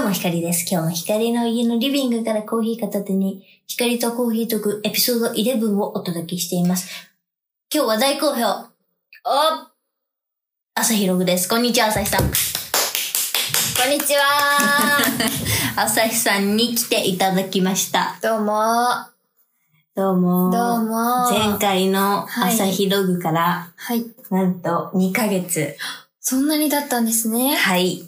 も光です。今日も光の家のリビングからコーヒー片手に、光とコーヒーとくエピソード11をお届けしています。今日は大好評。お朝日ログです。こんにちは、朝日さん。こんにちは朝日さんに来ていただきました。どうもどうも。どうも前回のはい朝日ログから、はい。なんと2ヶ月。そんなにだったんですね。はい。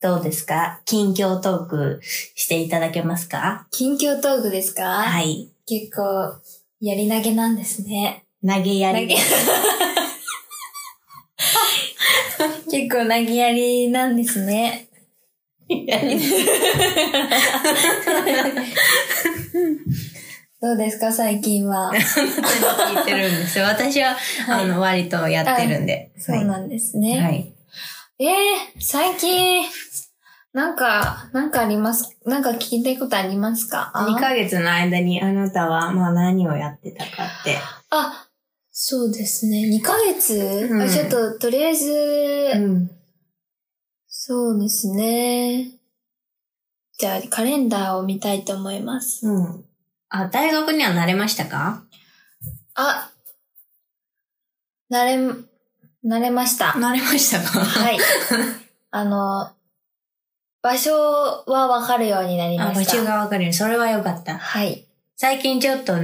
どうですか近況トークしていただけますか近況トークですかはい。結構、やり投げなんですね。投げや投りげ。 結構投げやりなんですね。 どうですか最近は。聞いてるんですよ。私は、はいあの、割とやってるんで。そうなんですね。はい。ええ最近、なんか、なんかあります、なんか聞きたいことありますか2ヶ月の間にあなたは、まあ何をやってたかって。あ、そうですね。2ヶ月、うんあちょっと、とりあえず、ん。そうですね。じゃあ、カレンダーを見たいと思います。うん。あ、大学には慣れましたかあ、慣れん、慣れました。慣れましたかはい。あの、場所はわかるようになり あ、ま場した。所がわかるように。それはよかった。はい。最近ちょっと、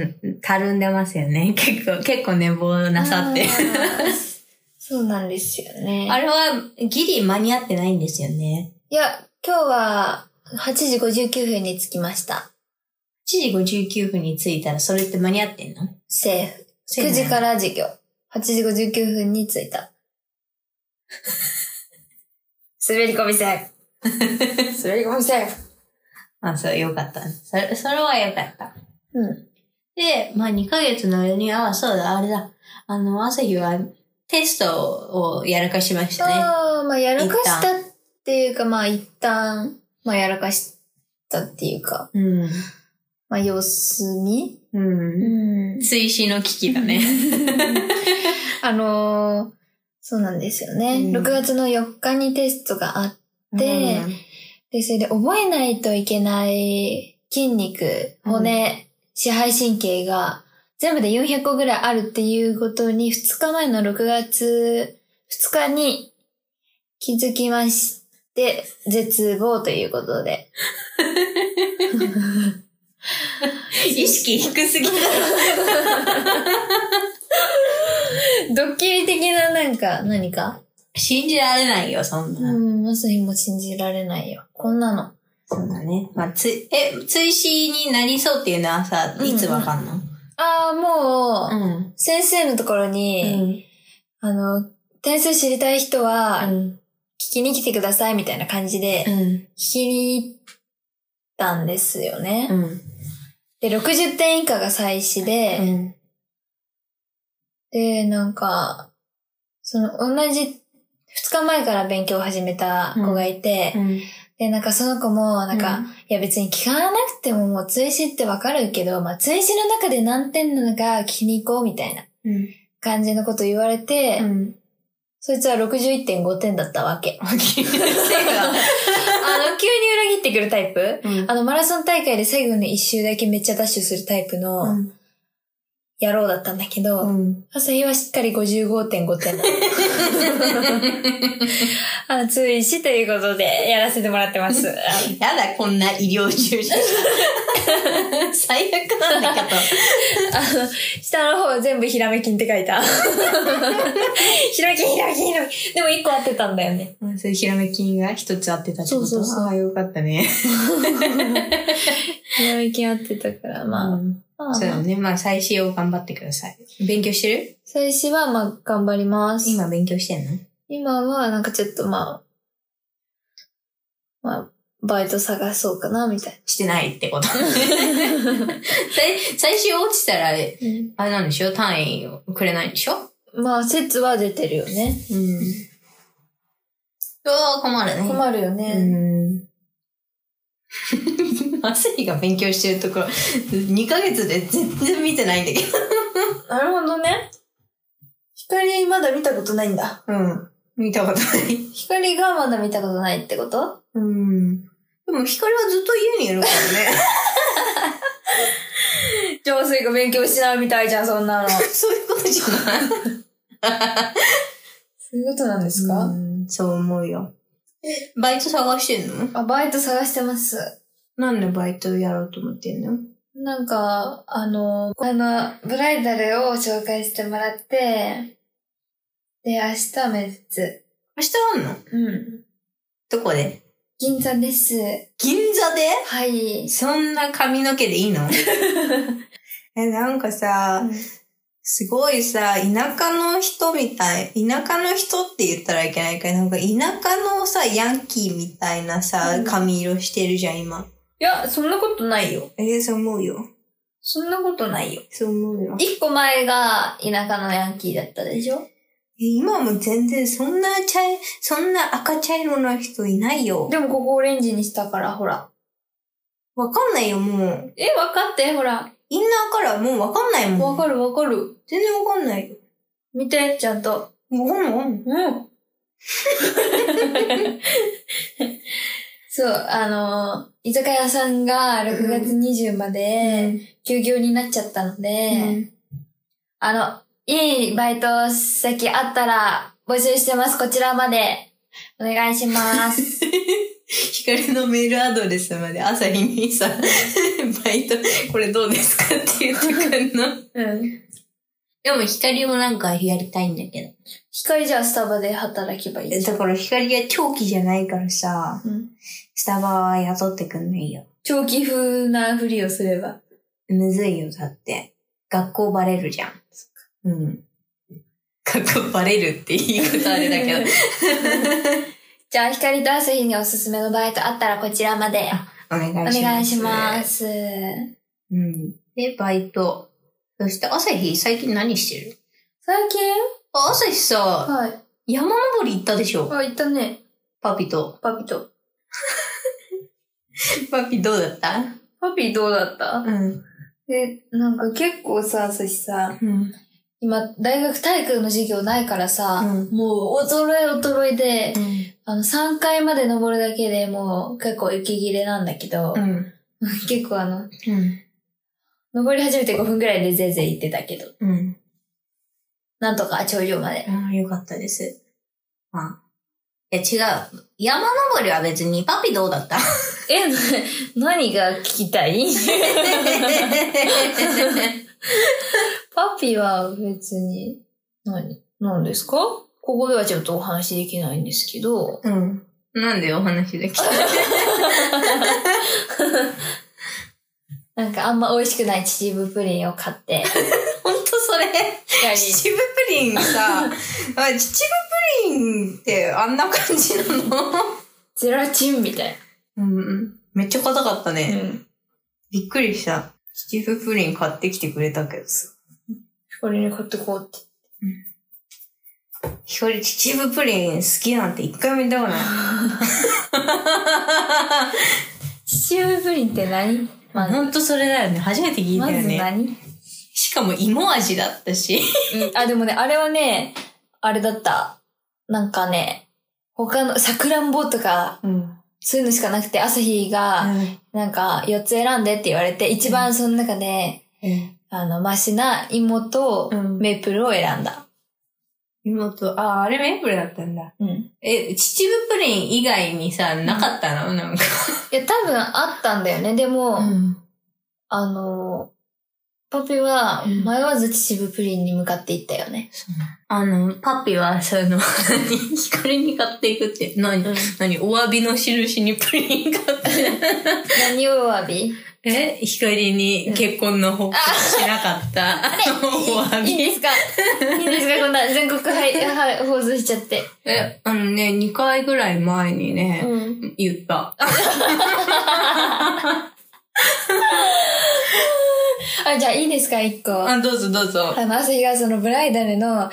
たるんでますよね。 結構、結構寝坊なさって。あー。 そうなんですよね。 あれは、ギリ間に合ってないんですよね。いや、今日は8時59分に着きました。 7時59分に着いたら、それって間に合ってんのセーフ。9時から授業。8時59分に着いた。滑り込みセーフ。滑り込みセーフ。あ、そう、よかった。それ、それはよかった。うん。で、まあ、2ヶ月の間に、あ、そうだ、あれだ。あの、朝日はテストをやらかしましたね。ああ、まあ、やらかしたっていうか、まあ、一旦、まあ、やらかしたっていうか、うん。まあ、様子見ううんん。。追試の危機だ ね。あのーそうなんですよね。うん6月の4日にテストがあって、でうんで、それで覚えないといけない筋肉、骨、支配神経が全部で400個ぐらいあるっていうことに2日前の6月2日に気づきまして、絶望ということで。意識低すぎた。ドッキリ的ななんか、何か信じられないよ、そんうな。ん、まさにも信じられないよ。こんなの。そうだね。まあ、つ、え、追試になりそうっていうのはさ、いつわかんのああ、もう、ん。先生のところに、あの、点数知りたい人は、聞ん。きに来てくださいみたいな感じで、うん。聞きに行ったんですよね。うん。で、60点以下が最止で、うん。で、なんか、その同じ、2日前から勉強を始めた子がいて、で、なんかその子も、なんか、うんいや別に聞かなくてももう追試ってわかるけど、まあ追試の中で何点なのか聞きに行こうみたいなうん。感じのこと言われて、うん。そいつは61.5点だったわけ。あの、先生が。急に裏切ってくるタイプあの、マラソン大会で最後の一周だけめっちゃダッシュするタイプの、うん。野郎だったんだけど、うん。朝日はしっかり55.5点 だ。あの、注意しということで、やらせてもらって ます。あ やだ、こんな医療従 事者。最悪なんだけど。 の、下の方全部ひらめきんって書いた。 ひらめきん、ひらめきん、ひらめきん。でも一個合ってたんだよね。うんそういうひらめきが一つ合ってたってことそうそうそうああ、よかったね。ひらめきん合ってたから、まあ。うんまあそうだね。まあ、最新を頑張ってください。勉強してる最初はまあ、頑張ります。今勉強してんの今はなんかちょっとまあ、まあ、バイト探そうかな、みたいしてないって こと。最最終落ちたら、あな。れなんでしょ単位をくれないんでしょまあ、説は出てるよね。うん。うわー困るね。困るよね。うん。 アセリが勉強してるところ、2ヶ月で全然見てないんだけど。なるほどね。光まだ見たことないんだ。うん。見たことない。光がまだ見たことないってことうん。でも、光はずっと家にいるからね。浄水が勉強しないみたいじゃん、そんなの。そそういうことじゃない。ういうことなんですか、うんそう思うよ。え、バイト探してんのあ、バイト探してます。なんでバイトやろうと思ってんのなんか、あの、あの、ブライダルを紹介してもらって、で、明日メッツ。明日あんのうん。どこで銀座です。銀座ではい。そんな髪の毛でいいの え、なんかさ、すごいさ、田舎の人みたい。田舎の人って言ったらいけないけど、なんか田舎のさ、ヤンキーみたいなうさん、髪色してるじゃん、今。いや、そんなことないよ。え、そう思うよ。そんなことないよ。そう思うよ。え、一個前が田舎のヤンキーだったでしょ今も全然そんな茶い、そんな赤茶色の人いないよ。でもここオレンジにしたから、ほら。わかんないよ、もう。え、分かって、ほら。インナーからもうわかんないもわん。かるわかる。全然わかんないよ。見て、ちゃんと。わかんないわかんない。うん。 そう、あの、居酒屋さんが6月20まで休業になっちゃったので、うんあの、いいバイト先あったら募集してます。こちらまで。お願いします。 光のメールアドレスまで朝日にさ、バイト、これどうですかって言ってくんの。 うん。でも光もなんかやりたいんだけ光じゃあスタバで働けばいいど。じゃだん。から光は長期じゃないからさ、うんスタバは雇ってくんないよ。長期風なふりをすれば。むずいよ、だって。学校バレるじゃん。うん。学校バレるって言い方あれだけ ど。 じゃあ、光と朝日におすすめのバイトあったらこちらまで。お願いしおます。願いします。うん。で、バイト。そして朝日、最近何してる最近あ、朝日さ、はい。山登り行ったでしょあ、行ったね。パピと。パピと。パピどうだったパピどうだったうん。で、なんか結構さ、私さ、うん。今、大学体育の授業ないからさ、うんもう、衰え衰えで、あの、3階まで登るだけでもう、結構息切れなんだけど、うん。結構あの、うん。登り始めて5分ぐらいでぜいぜい行ってたけど、うん。なんとか頂上まで。ああ、よかったです。まあ。いや、違う。山登りは別に、パピどうだったえ、何が聞きたい パピは別に何、何ですかここではちょっとお話できないんですけど、うん。なんでお話できたなんかあんま美味しくない秩父プリンを買って、ほんとそれ。光秩父プリンさ、あ秩父プリンってあんな感じなのゼラチンみたいうんうん。めっちゃ硬かったな。ね。ん。びっくりした。秩父プリン買ってきてくれたけどさ。これに買ってこうって。ひかり秩父プリン好きなんて一回も言ったことない。 秩父プリンって何まず、ほんとそれだよね。初めて聞いまたよずね。何、しかも芋味だったし。うん、あ、でもね、あれはね、あれだった。なんかね、他の、さくらんぼとか、うん。そういうのしかなくて、朝日が、なんか、4つ選んでって言われて、一番その中で、あの、マシな芋とうんメープルを選んだ。芋と、あ、あれメープルだったんだ。うん。え、秩父プリン以外にさ、なかったのなんか。いや、多分あったんだよね。でも、ん。あの、パピはうん迷わず秩父プリンに向かっていったよね。あの、パピは、その、何光に買っていくって、何、うん何お詫びの印にプリン買って。何を詫びえ光に結婚の報告しなか った。あお詫いいび。ですかいいですかこんな全国はい、はい、放送しちゃって。え、あのね、2回ぐらい前にね、うん。言った。あ、じゃあいいですか一個。ああ、どうぞどうぞ。の、朝日がそのブライダルの、あ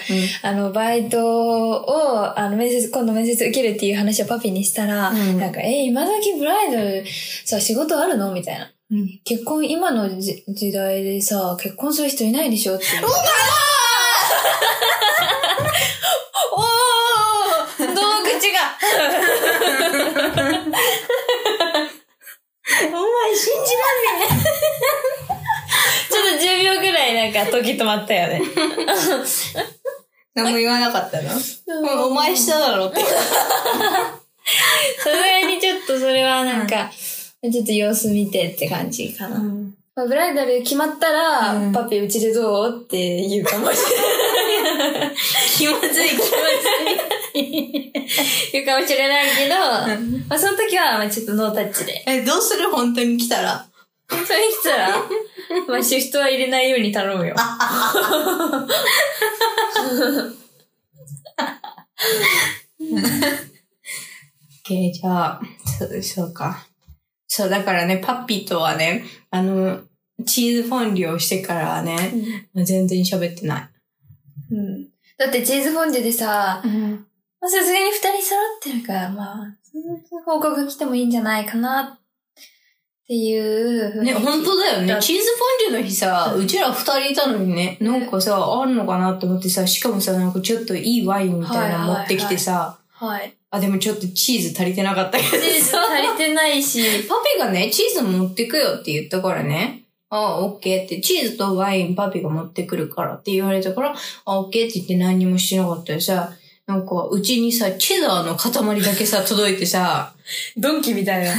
の、バイトを、あの、面接、今度面接受けるっていう話をパピにしたら、うんなんか、え、今時ブライダル、さ、仕事あるのみたいな。うん結婚、今のじ時代でさ、結婚する人いないでしょって。お おどの口が ちょっと10秒ぐらいなんか時止まったよね。何も言わなかったな。お前下だろって。さすがにちょっとそれはなんか、ちょっと様子見てって感じかな。まあ、ブライダル決まったら、うんパピうちでどうって言うかもし気まずい、気まれない、言うかもしれないけど、ずい。まあその時はまあちょっとノータッチで。え、どうする本当に来たら。本当に来た ら、まあシフトは入れないように頼むよ。 OK、じゃあ、そう、そうか。そう、だからね、パッピーとはね、あの、チーズフォンデュをしてからはね、全然喋ってなうんだってチーズフォンデュでさ、い。まあさすがに二人揃ってるから、まあ、その報告来てもいいんじゃないかな、っていう雰囲気。ね、本当だよだね。ってチーズフォンデュの日さ、うちら二人いたのにね、なんかさ、あんのかなと思ってさ、しかもさ、なんかちょっといいワインみたいなの持ってきてさ、はい。あ、でもちょっとチーズ足りてなかったけど。チーズ足りてないし、パピがね、チーズ持ってくよって言ったからね。ああ、オッケーって、チーズとワインパピが持ってくるからって言われたから、あ、オッケーって言って何にもしてなかったよさ。なんか、うちにさ、チェダーの塊だけさ、届いてさ、ドンキみたいな。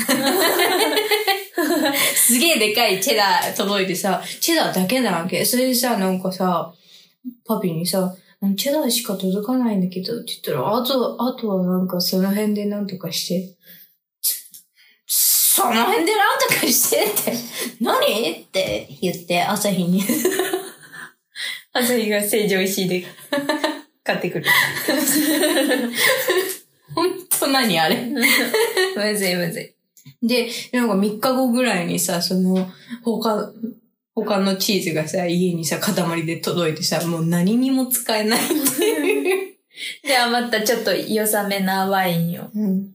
すげえでかいチェダー届いてさ、チェダーだけなわけ。それでさ、なんかさ、パピにさ、チェダーしか届かないんだけどって言ったら、あと、あとはなんかその辺でなんとかして。その辺でなんとかしてって、何って言って、朝日に。朝日が成城石井で買っ てくる。ほんと何 あれ。むずいむずい。で、なんか3日後ぐらいにさ、その、他、他のチーズがさ、家にさ、塊で届いてさ、もう何にも使えないっていう。ではまたちょっと良さめなワインを、うん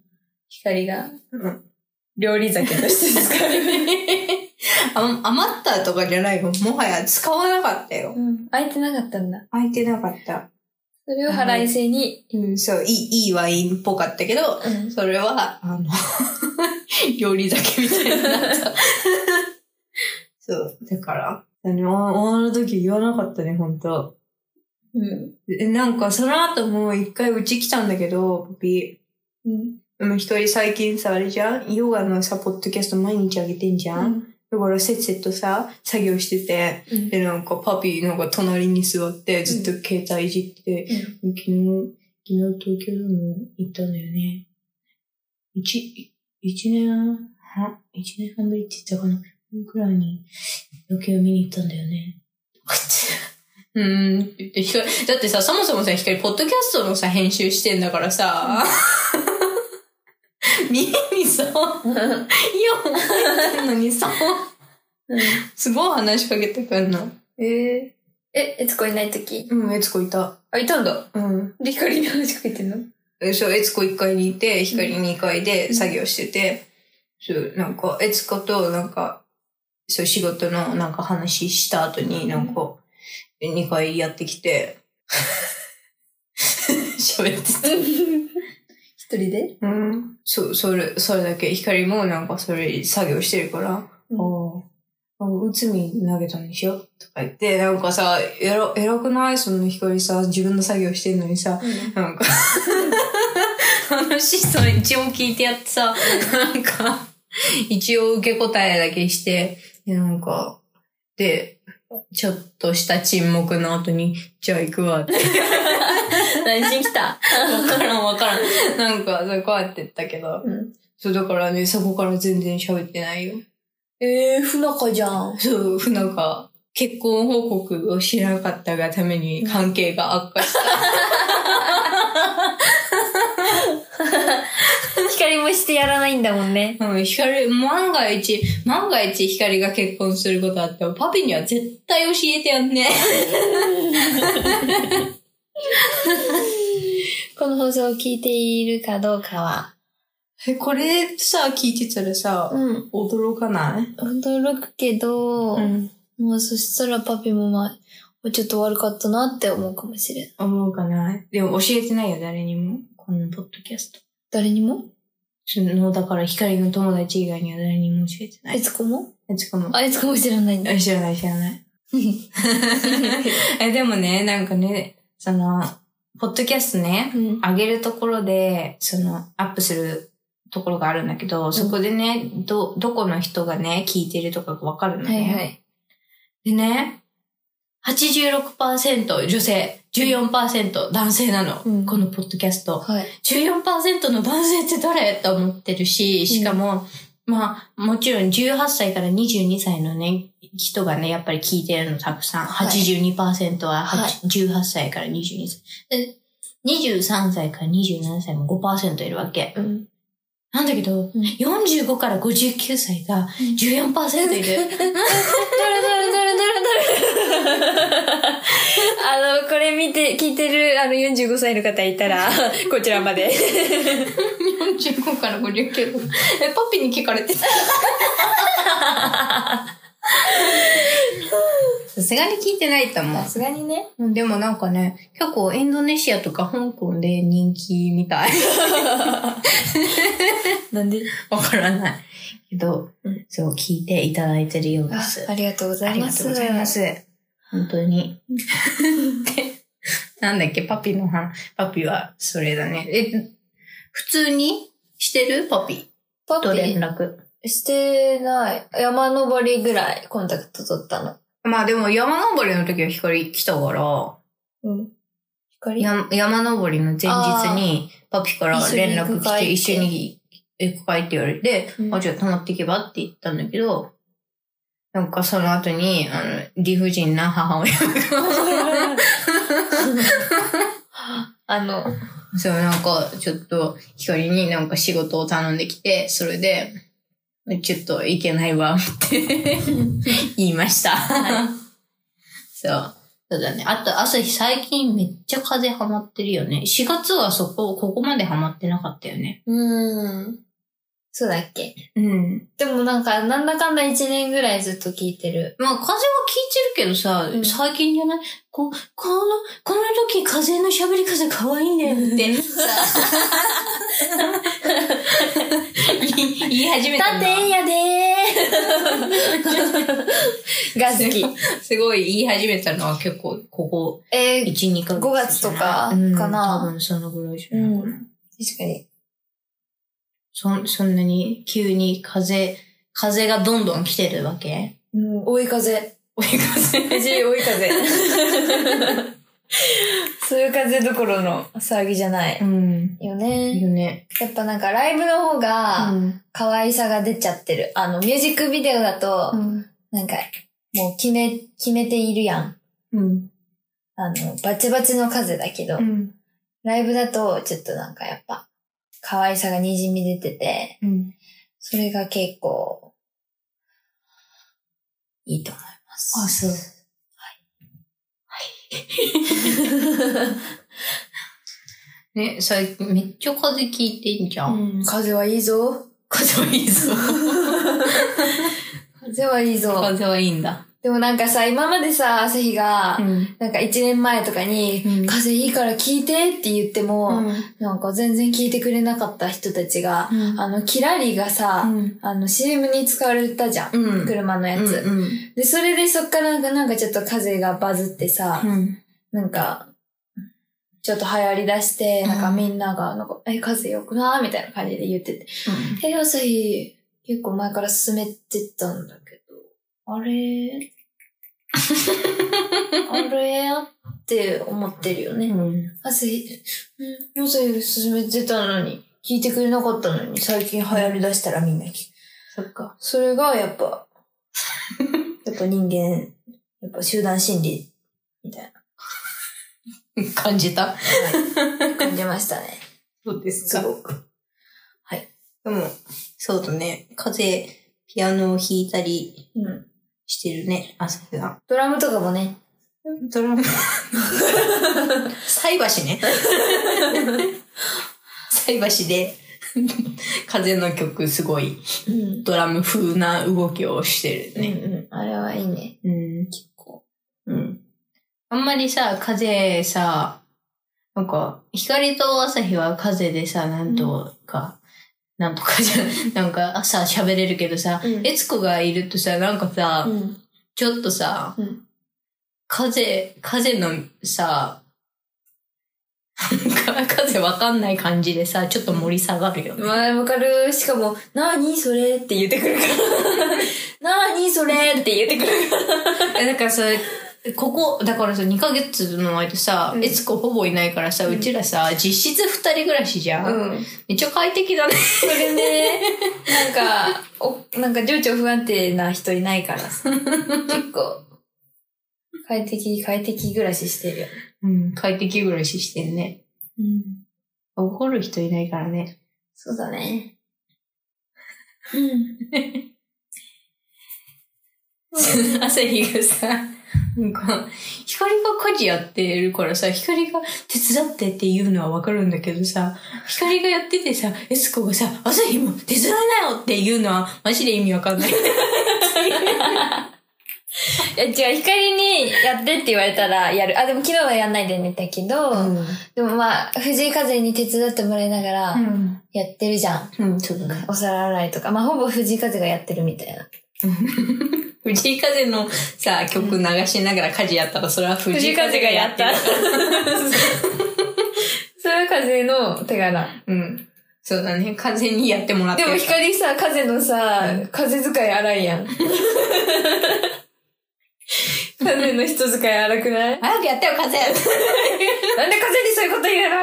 光がうん 料理酒として使う。あ余ったとかじゃないもん。もはや使わなかったよ。うん。空いてなかったんだ。空いてなかった。それを腹いせに、うん、そう、いい、いいワインっぽかったけど、うん。それは、あの、 料理酒みたいにな った。そう、だから。あの、終わる時言わなかったね、本当うん。え、なんか、その後もう一回うち来たんだけど、ポピうん。ー。うん一人最近さ、あれじゃんヨガのさ、ポッドキャスト毎日あげてんじゃん、だからせっせとさ、作業してて、うんで、なんかパピーなんか隣に座って、ずっと携帯いじってて、昨日、昨日東京ドーム行ったんだよね。一、一年半、一年半ぶりって言ったかな。くらいに時計を見に行ったんだよね。 うーんって言って、ひかだってさ、そもそもさ、ひかり、ポッドキャストのさ、編集してんだからさ、耳にさ、い や、覚えてんのにさ、すごい話しかけてくんの。えー、え、えつこいないときうん、えつこいた。あ、いたんだ。うん。で、光に話しかけてんのそう、えつこ1階にいて、ひかり2階で作業してて、そう、なんか、えつこと、なんか、そう、仕事のなんか話した後に、なんか、2階やってきて、 喋ってた。一人でうん。そう、それ、それだけ、ひかりもなんかそれ作業してるから、うんおああ、うつみ投げたんでしょとか言って、なんかさ、えら、偉くないそのひかりさ、自分の作業してんのにさ、なんか、話そう一応聞いてやってさ、なんか、一応受け答えだけして、で、なんか、で、ちょっとした沈黙の後に、じゃあ行くわって。何しに来たわからんわからん。なんか、そう、こうやって言ったけど。うん。そう、だからね、そこから全然喋ってないよ。えー、不仲じゃん。そう、ふなんか、結婚報告をしなかったがために関係が悪化した。 光もしてやらないんだもんね。うん、光、万が一、万が一光が結婚することあっても、パピには絶対教えてやんね。この放送を聞いているかどうかは。 え、これさ、聞いてたらさ、うん。驚かない驚くけど、ん。もうそしたらパピもまあ、ちょっと悪かったなって思うかもしれん。思うかないでも教えてないよ、誰にも。このポッドキャスト。誰にもその、だから光の友達以外には誰にも教えてないえ。つこもえつこも。あ、えつこも知らないんだ。え知らない知ら ない。え、でもね、なんかね、その、ポッドキャストね、うん上げるところで、その、アップするところがあるんだけど、そこでね、ど、どこの人がね、聞いてるとかがわかるのはね。いはい。でね、86%女性、14%男性なの、うんこのポッドキャスト。はい。 14%の男性って誰と思ってるし、しかも、まあ、もちろん18歳から22歳のね、人がね、やっぱり聞いてるのたくさん。はい82%は、はい18歳から22歳。で23歳から27歳も5%いるわけ。うん。なんだけど、うん45から59歳が14%いる。どれどれどれどれどれ あの、これ見て、聞いてる、あの、45歳の方いた ら、こちらまで。 45から59え、パ ピに聞かれてた。 さすがに聞いてないと思さすがにね。う。でもなんかね、結構インドネシアとか香港で人気みたい。なんで わからない。けど、うんそう聞いていただいてるようであす。ありがとうござあいりがまとす。うございま。す。本当に。 でなんだっけ、パピの話。パピはそれだね。え、普通にしてるパピパと連ピ絡。してない。山登りぐらいコンタクト取ったの。まあでも山登りの時は光来たから、うん。光や山登りの前日にパピから連絡来て一一緒緒にに行くかいって言われて、うんあ、じゃあ泊まっていけばって言ったんだけど、なんかその後に、あの、理不尽な母親 が、 あの、そう、なんか、ちょっと、光になんか仕事を頼んできて、それで、ちょっといけないわ、って 言いました。 そう。そうだね。あと、朝日最近めっちゃ風邪ハマってるよね。4月はそこ、ここまでハマってなかったよね。うん。そうだっけうん。でもなんか、なんだかんだ1年ぐらいずっと聞いてる。まあ、風邪は効いてるけどさ、うん最近じゃないこ、この、この時風の喋り方可愛いんだよって、さ、言 い言い始めたたのてんやでーが好き。すごい言い始めたのは結構、ここ、えー、 1、2ヶ月。 5月とかうんかな多分そのぐらいじゃないかな。確かに。そ、そんなに急に風、風がどんどん来てるわけうん、追い風。追い風。じい追い風。 そういう風どころの騒ぎじゃない。うん。よいいね。よね。やっぱなんかライブの方がん。可愛さが出ちゃってる。あの、ミュージックビデオだと、なんか、もう決め、決めているやん。うん。あの、バチバチの風だけど、ん。ライブだとちょっとなんかやっぱ、可愛さが滲み出てて、うん。それが結構、いいと思います。あ、そう。ね、最近めっちゃ風聞いてんじゃん。うん風はいいぞ。風はいいぞ。風はいいぞ。風はいいんだ。でもなんかさ、今までさ、朝日が、ん。なんか一年前とかに、うん風邪いいから聞いてって言っても、なんか全然聞いてくれなかった人たちが、うんあの、キラリがさ、うん。あの、CM に使われたじゃん。うん車のやつ、うん。で、それでそっからなんかなんかちょっと風がバズってさ、うん。なんか、ちょっと流行り出して、うんなんかみんなが、なんか、え、風よくないみたいな感じで言ってて。え、朝日、結構前から進めてたんだけど、あれ あれって思ってるよね。うん。朝日、うん、朝日進めてたのに、聞いてくれなかったのに、最近流行り出したらみんな聞く。そっか。それがやっ ぱ、やっぱ人間、やっぱ集団心理、みたいな、感じたはい、感じましたね。そうですごく。でも、そうだね。風、ピアノを弾いたりうん。してるね、朝日が。ドラムとかもね、ドラム。菜箸ね。菜箸で、風の曲すごいうん。ドラム風な動きをしてるうんね。うん。あれはいいね。うん、結構。うん。あんまりさ、風さ、なんか、光と朝日は風でさ、なんとか、なんとかじゃ ん、なんか朝喋れるけどさ、うん悦子がいるとさ、なんかさ、うん。ちょっとさ、うん風、風のさ、 なんか風わかんない感じでさ、ちょっと盛り下がるよね。まあ、わかる。しかも、なーにそれって言ってくるから。 なーにそれって言ってくるか ら。え、だからそれ、ここ、だからさ、2ヶ月の間さう、ん悦、子ほぼいないからさ、ううんちらさ、実質2人暮らしじゃん、うん。めっちゃ快適だね。それね、なんか、お、なんか情緒不安定な人いないからさ。結構、快適、快適暮らししてるよ。うん、快適暮らししてんね。うん。怒る人いないからね。そうだね。うん。朝日がさ、なんか、光が家事やってるからさ、光が手伝ってって言うのはわかるんだけどさ、光がやっててさ、悦子がさ、朝日も手伝いなよって言うのはマジで意味わかんない。いや、違う、光にやってって言われたらやる。あ、でも昨日はやんないで寝たけど、うん。でもまあ、藤井風に手伝ってもらいながらやってるじゃん。うん、そうだね。お皿洗いとか。まあ、ほぼ藤井風がやってるみたいな。藤井風のさ、曲流しながら家事やったら、それは藤井風がやった。 それは風の手柄。うん。そうだね。風にやってもらってでるも光さ、風のさうん、風使い荒いやん。風の人使い荒くない早くやってよ、風なんで風にそういうこと言うの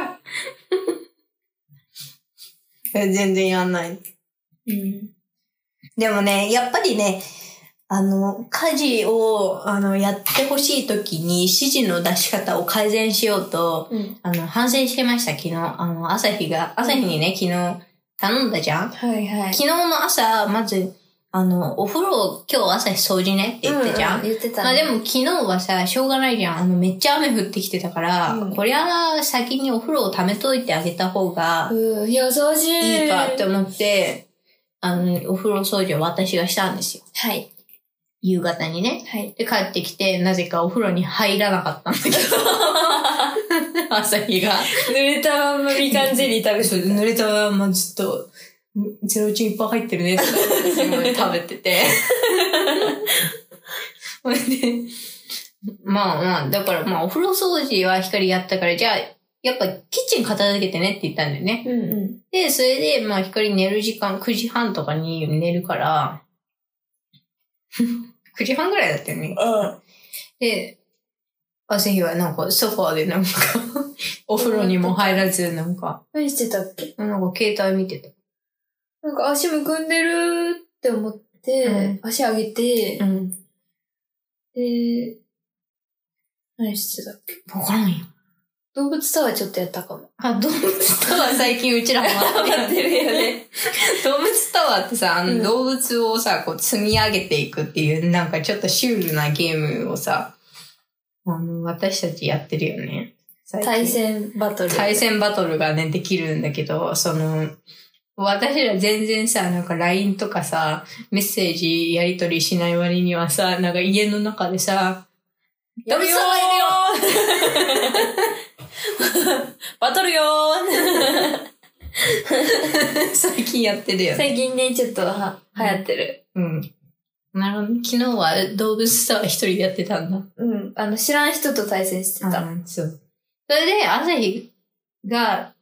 え全然やんない。うん。でもね、やっぱりね、あの、家事を、あの、やってほしい時に指示の出し方を改善しようと、うん。あの、反省してました、昨日。あの、朝日が、朝日にね、昨日頼んだじゃんはいはい。昨日の朝、まず、あの、お風呂、今日朝日掃除ねって言ってじゃん、うう言ってた、まあでも昨日はさ、しょうがないじゃん。あの、めっちゃ雨降ってきてたから、うんこりゃ先にお風呂を溜めといてあげた方がうん、優しい。いいかって思って、あの、お風呂掃除を私がしたんですよ。はい。夕方にね。はい。で、帰ってきて、なぜかお風呂に入らなかったん だけど。朝日が。濡れたまんまみかんゼリー食べてそう濡れたままずっと、んゼロチンいっぱい入ってるねって私も食べてて。 ほいで、まあまあ、だからまあお風呂掃除は光やったから、じゃあ、やっぱキッチン片付けてねって言ったんだよね。た。うんうん。で、それでまあ光寝る時間9時半とかに寝るから、9時半ぐらいだったよね。あで、朝日はなんかソファーでなんか、お風呂にも入らず、なんか、何してたっけなんか携帯見てた。なんか足むくんでるって思って、うん足上げて、ん。で、何してたっけわからんよ。動物タワーちょっとやったかも。あ、動物タワー最近うちらハマってるよね。 動物タワーってさ、あうのん動物をさ、こう積み上げていくっていう、なんかちょっとシュールなゲームをさ、あの、私たちやってるよね。最近対戦バトル。対戦バトルがね、できるんだけど、その、私ら全然さ、なんか LINE とかさ、メッセージやり取りしない割にはさ、なんか家の中でさ、やるいよるよ バトルよー 最近やってるよね。最近ね、ちょっとは流行ってる。うん。なるほどね。昨日は動物タワー一人でやってたんだ。うん。あの、知らん人と対戦してた。そう。それで、朝日が、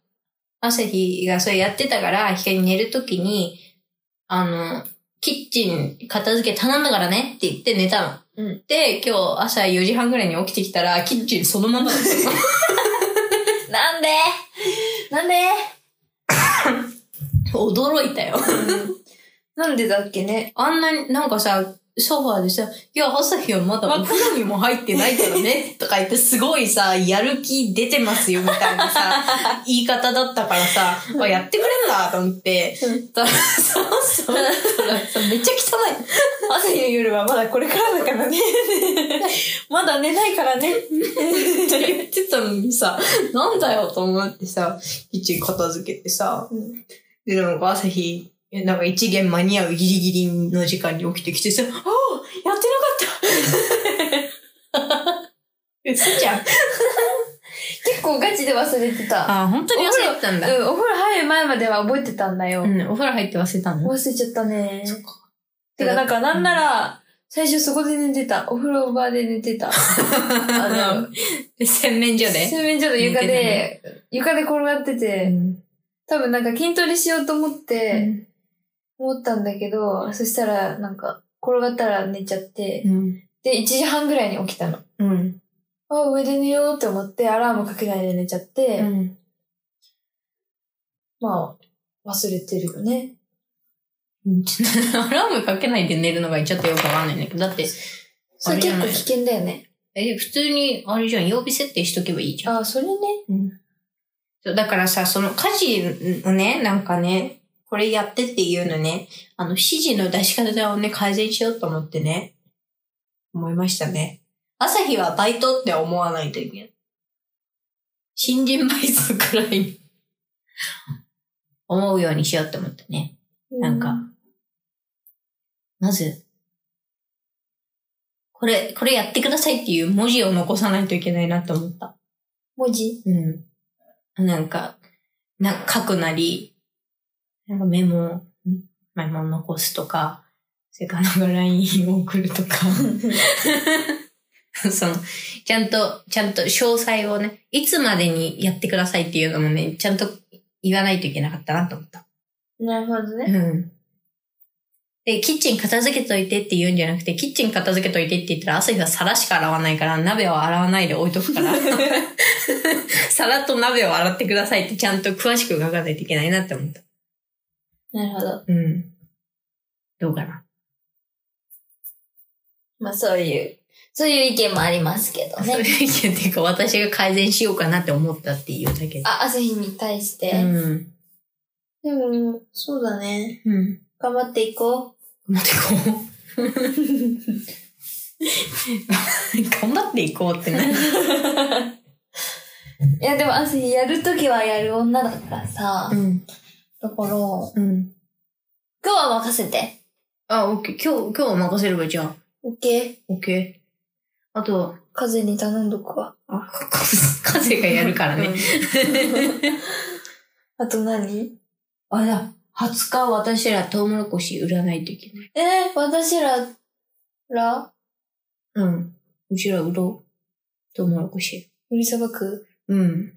朝日がそれやってたから、光寝るときに、あの、キッチン片付け頼んだからねって言って寝たの。うんで、今日朝4時半ぐらいに起きてきたら、キッチンそのままだったの。 なんでなんで驚いたよ。なんでだっけ ね。あんなに、なんかさ、ソファーでさ、いや、朝日はまだお風呂にも入ってないからね、 とか言って、すごいさ、やる気出てますよ、みたいな さ、言い方だったからさ、あ、やってくれんだ、と思って。たらそうそう。めっちゃ汚朝日の夜はまだこれからだから ね。まだ寝ないからね。いって言ってたのにさ、なんだよ、と思ってさ、キッチン片付けてさ、うんで、なんか朝日、えなんか一元間に合うギリギリの時間に起きてきてさ、ああやってなかった 嘘じゃん。結構ガチで忘れてた。あ、本当に忘れてたんうん、お風呂入る前までは覚えてたんだよ。うん、お風呂入って忘れたの忘れちゃったね。そっか。て か、なんか、なんなら、最初そこで寝てた。お風呂場で寝 てた。あの、洗面所で。洗面所の床で、寝床で転がってて、多分なんか筋トレしようと思って、思ったんだけど、そしたら、なんか、転がったら寝ちゃって、うん。で、1時半ぐらいに起きたの。うん。あ、上で寝ようって思って、アラームかけないで寝ちゃって、うん。まあ、忘れてるよね。ちょっと アラームかけないで寝るのがちょっとよくわかんないんだけど、だって、それあじ結ゃ構ない危険だよね。え、普通に、あれじゃん、曜日設定しとけばいいじゃん。あ、それね。そうだからさ、その家事のね、なんかね、これやってっていうのね、あの、指示の出し方をね、改善しようと思ってね、思いましたね。朝日はバイトって思わないといけない。新人バイトくらいに思うようにしようって思ったね。なんかまず、これ、これやってくださいっていう文字を残さないといけないなって思った。文字 うん。なんか、な、書くなり、なんかメモ、メモを残すとか、それからなんか LINE を送るとか、その、ちゃんと、ちゃんと詳細をね、いつまでにやってくださいっていうのもね、ちゃんと言わないといけなかったなと思った。なるほどね。うん。で、キッチン片付けといてって言うんじゃなくて、キッチン片付けといてって言ったら、朝日は皿しか洗わないから、鍋を洗わないで置いとく から、皿と鍋を洗ってくださいってちゃんと詳しく書かないといけないなって思った。なるほど。うん。どうかな。まあそういう、そういう意見もありますけどそうね。いう意見っていうか、私が改善しようかなって思ったっていうだけで。あ、朝日に対して。うん。でも、そうだね。うん。頑張っていこ 頑張っていこう。頑張っていこうってね。う。いや、でも朝日やるときはやる女だからさ。ん。だから、今うん。日は任せて。あ、オッケー。今日、今日は任せればじゃあ。オッケー。オッケー。あと、風に頼んどくわ。あ、か風がやるからね。 あと何あれだ、20日私らトウモロコシ売らないといけない。えー、私ら、ら、うん。うちら売ろう。トウモロコシ。売りさばくうん。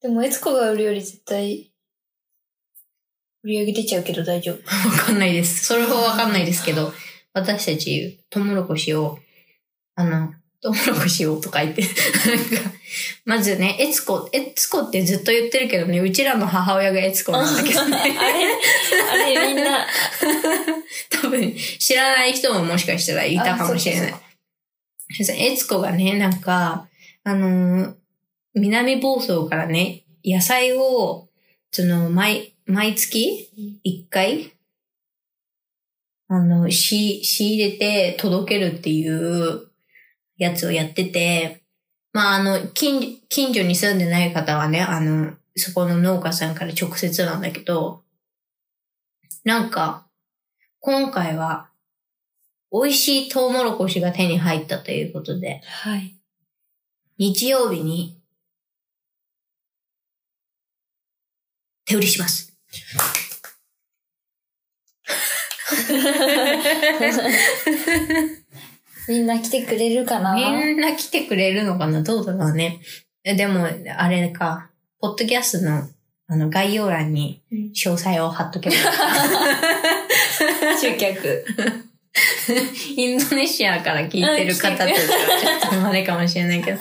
でも、悦子が売るより絶対、売り上げ出ちゃうけど大丈夫。わかんないです。それはわかんないですけど、私たちトウモロコシを、あの、トウモロコシをとか言って、なんか、まずね、エツコ、エツコってずっと言ってるけどね、うちらの母親がエツコなんだけどね。あれ、あれみんな、 多分、知らない人ももしかしたらいたかもしれないあ。えつこがね、なんか、あのー南房総からね、野菜を、その、毎、毎月一回、あの、し、仕入れて届けるっていうやつをやってて、まあ、あの、近、近所に住んでない方はね、あの、そこの農家さんから直接なんだけど、なんか、今回は、美味しいトウモロコシが手に入ったということで、 はい。日曜日に、手売りします。みんな来てくれるかなみんな来てくれるのかなどうだろうね。えでも、あれか、ポッドキャストの、あの、概要欄にうん詳細を貼っとけば。集客。インドネシアから聞いてる方たちはちょっとあれかもしれない けど。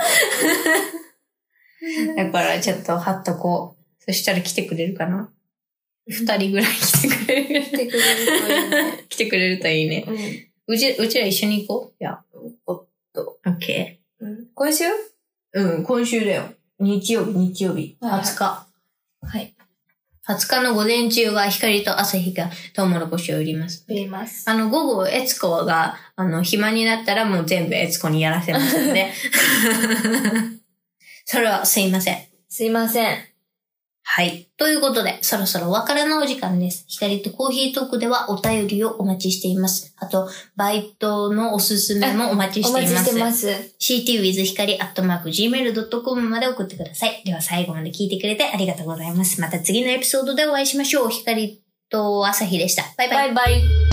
だからちょっと貼っとこう。そしたら来てくれるかな二人ぐらい来てくれる。来てくれるといいね。来てくれるといいね。 うんうち、うちら一緒に行こういや。おっと。オッケうん。今週ー。うん、今週だよ。日曜日、日曜日。はいはい20日。はい。 20日の午前中は光と朝日がトウモロコシを売ります。売ります。あの、午後、エツコが、あの、暇になったらもう全部エツコにやらせます ので。それはすいません。すいません。はい。ということで、そろそろお別れのお時間です。光とコーヒートークではお便りをお待ちしています。あと、バイトのおすすめもお待ちしおてい待まちす。してます。 ctwith 光 gmail.com まで送ってください。では最後まで聞いてくれてありがとうございます。また次のエピソードでお会いしましょう。光と朝日でした。バイバイ。バイバイ。